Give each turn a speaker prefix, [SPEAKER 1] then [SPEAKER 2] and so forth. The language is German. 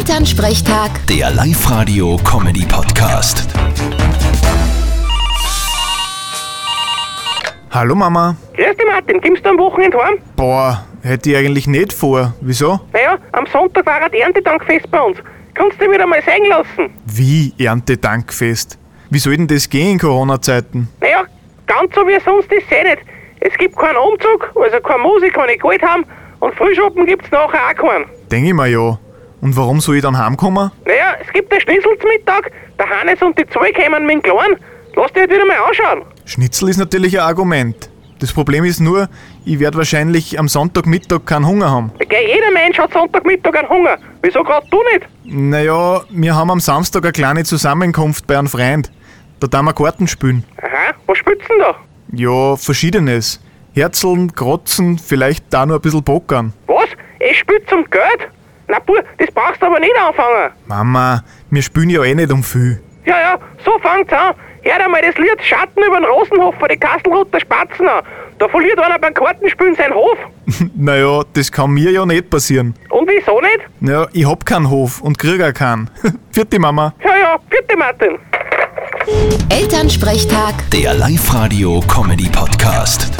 [SPEAKER 1] Elternsprechtag,
[SPEAKER 2] Der Live-Radio-Comedy-Podcast.
[SPEAKER 3] Hallo Mama.
[SPEAKER 4] Grüß dich Martin, kommst du am Wochenende heim?
[SPEAKER 3] Boah, hätte ich eigentlich nicht vor. Wieso?
[SPEAKER 4] Naja, am Sonntag war ein Erntedankfest bei uns. Kannst du dich wieder mal sein lassen?
[SPEAKER 3] Wie Erntedankfest? Wie soll denn das gehen in Corona-Zeiten?
[SPEAKER 4] Naja, ganz so wie sonst ist es eh nicht. Es gibt keinen Umzug, also keine Musik, keine Geld haben und Frühschoppen gibt's nachher auch keinen.
[SPEAKER 3] Denke ich mir ja. Und warum soll ich dann heimkommen?
[SPEAKER 4] Naja, es gibt ein Schnitzel zum Mittag, der Hannes und die zwei kommen mit dem Kleinen. Lass dich halt wieder mal anschauen.
[SPEAKER 3] Schnitzel ist natürlich ein Argument. Das Problem ist nur, ich werde wahrscheinlich am Sonntagmittag keinen Hunger haben.
[SPEAKER 4] Gell, jeder Mensch hat Sonntagmittag einen Hunger. Wieso grad du nicht?
[SPEAKER 3] Naja, wir haben am Samstag eine kleine Zusammenkunft bei einem Freund. Da tun wir Karten spielen.
[SPEAKER 4] Aha, was spielst du denn da?
[SPEAKER 3] Ja, verschiedenes. Herzeln, Krotzen, vielleicht da nur ein bisschen Pokern.
[SPEAKER 4] Was? Ich spiel zum Geld? Na puh, das brauchst du aber nicht anfangen.
[SPEAKER 3] Mama, wir spielen ja eh nicht um viel.
[SPEAKER 4] Ja, ja, so fangt's an. Hört einmal das Lied Schatten über den Rosenhof von den Kasselroter Spatzen an. Da verliert einer beim Kartenspielen seinen Hof.
[SPEAKER 3] Naja, das kann mir ja nicht passieren.
[SPEAKER 4] Und wieso nicht?
[SPEAKER 3] Ja, ich hab keinen Hof und krieg auch keinen. Vierte Mama.
[SPEAKER 4] Ja, ja, bitte Martin.
[SPEAKER 1] Elternsprechtag.
[SPEAKER 2] Der Live-Radio-Comedy-Podcast.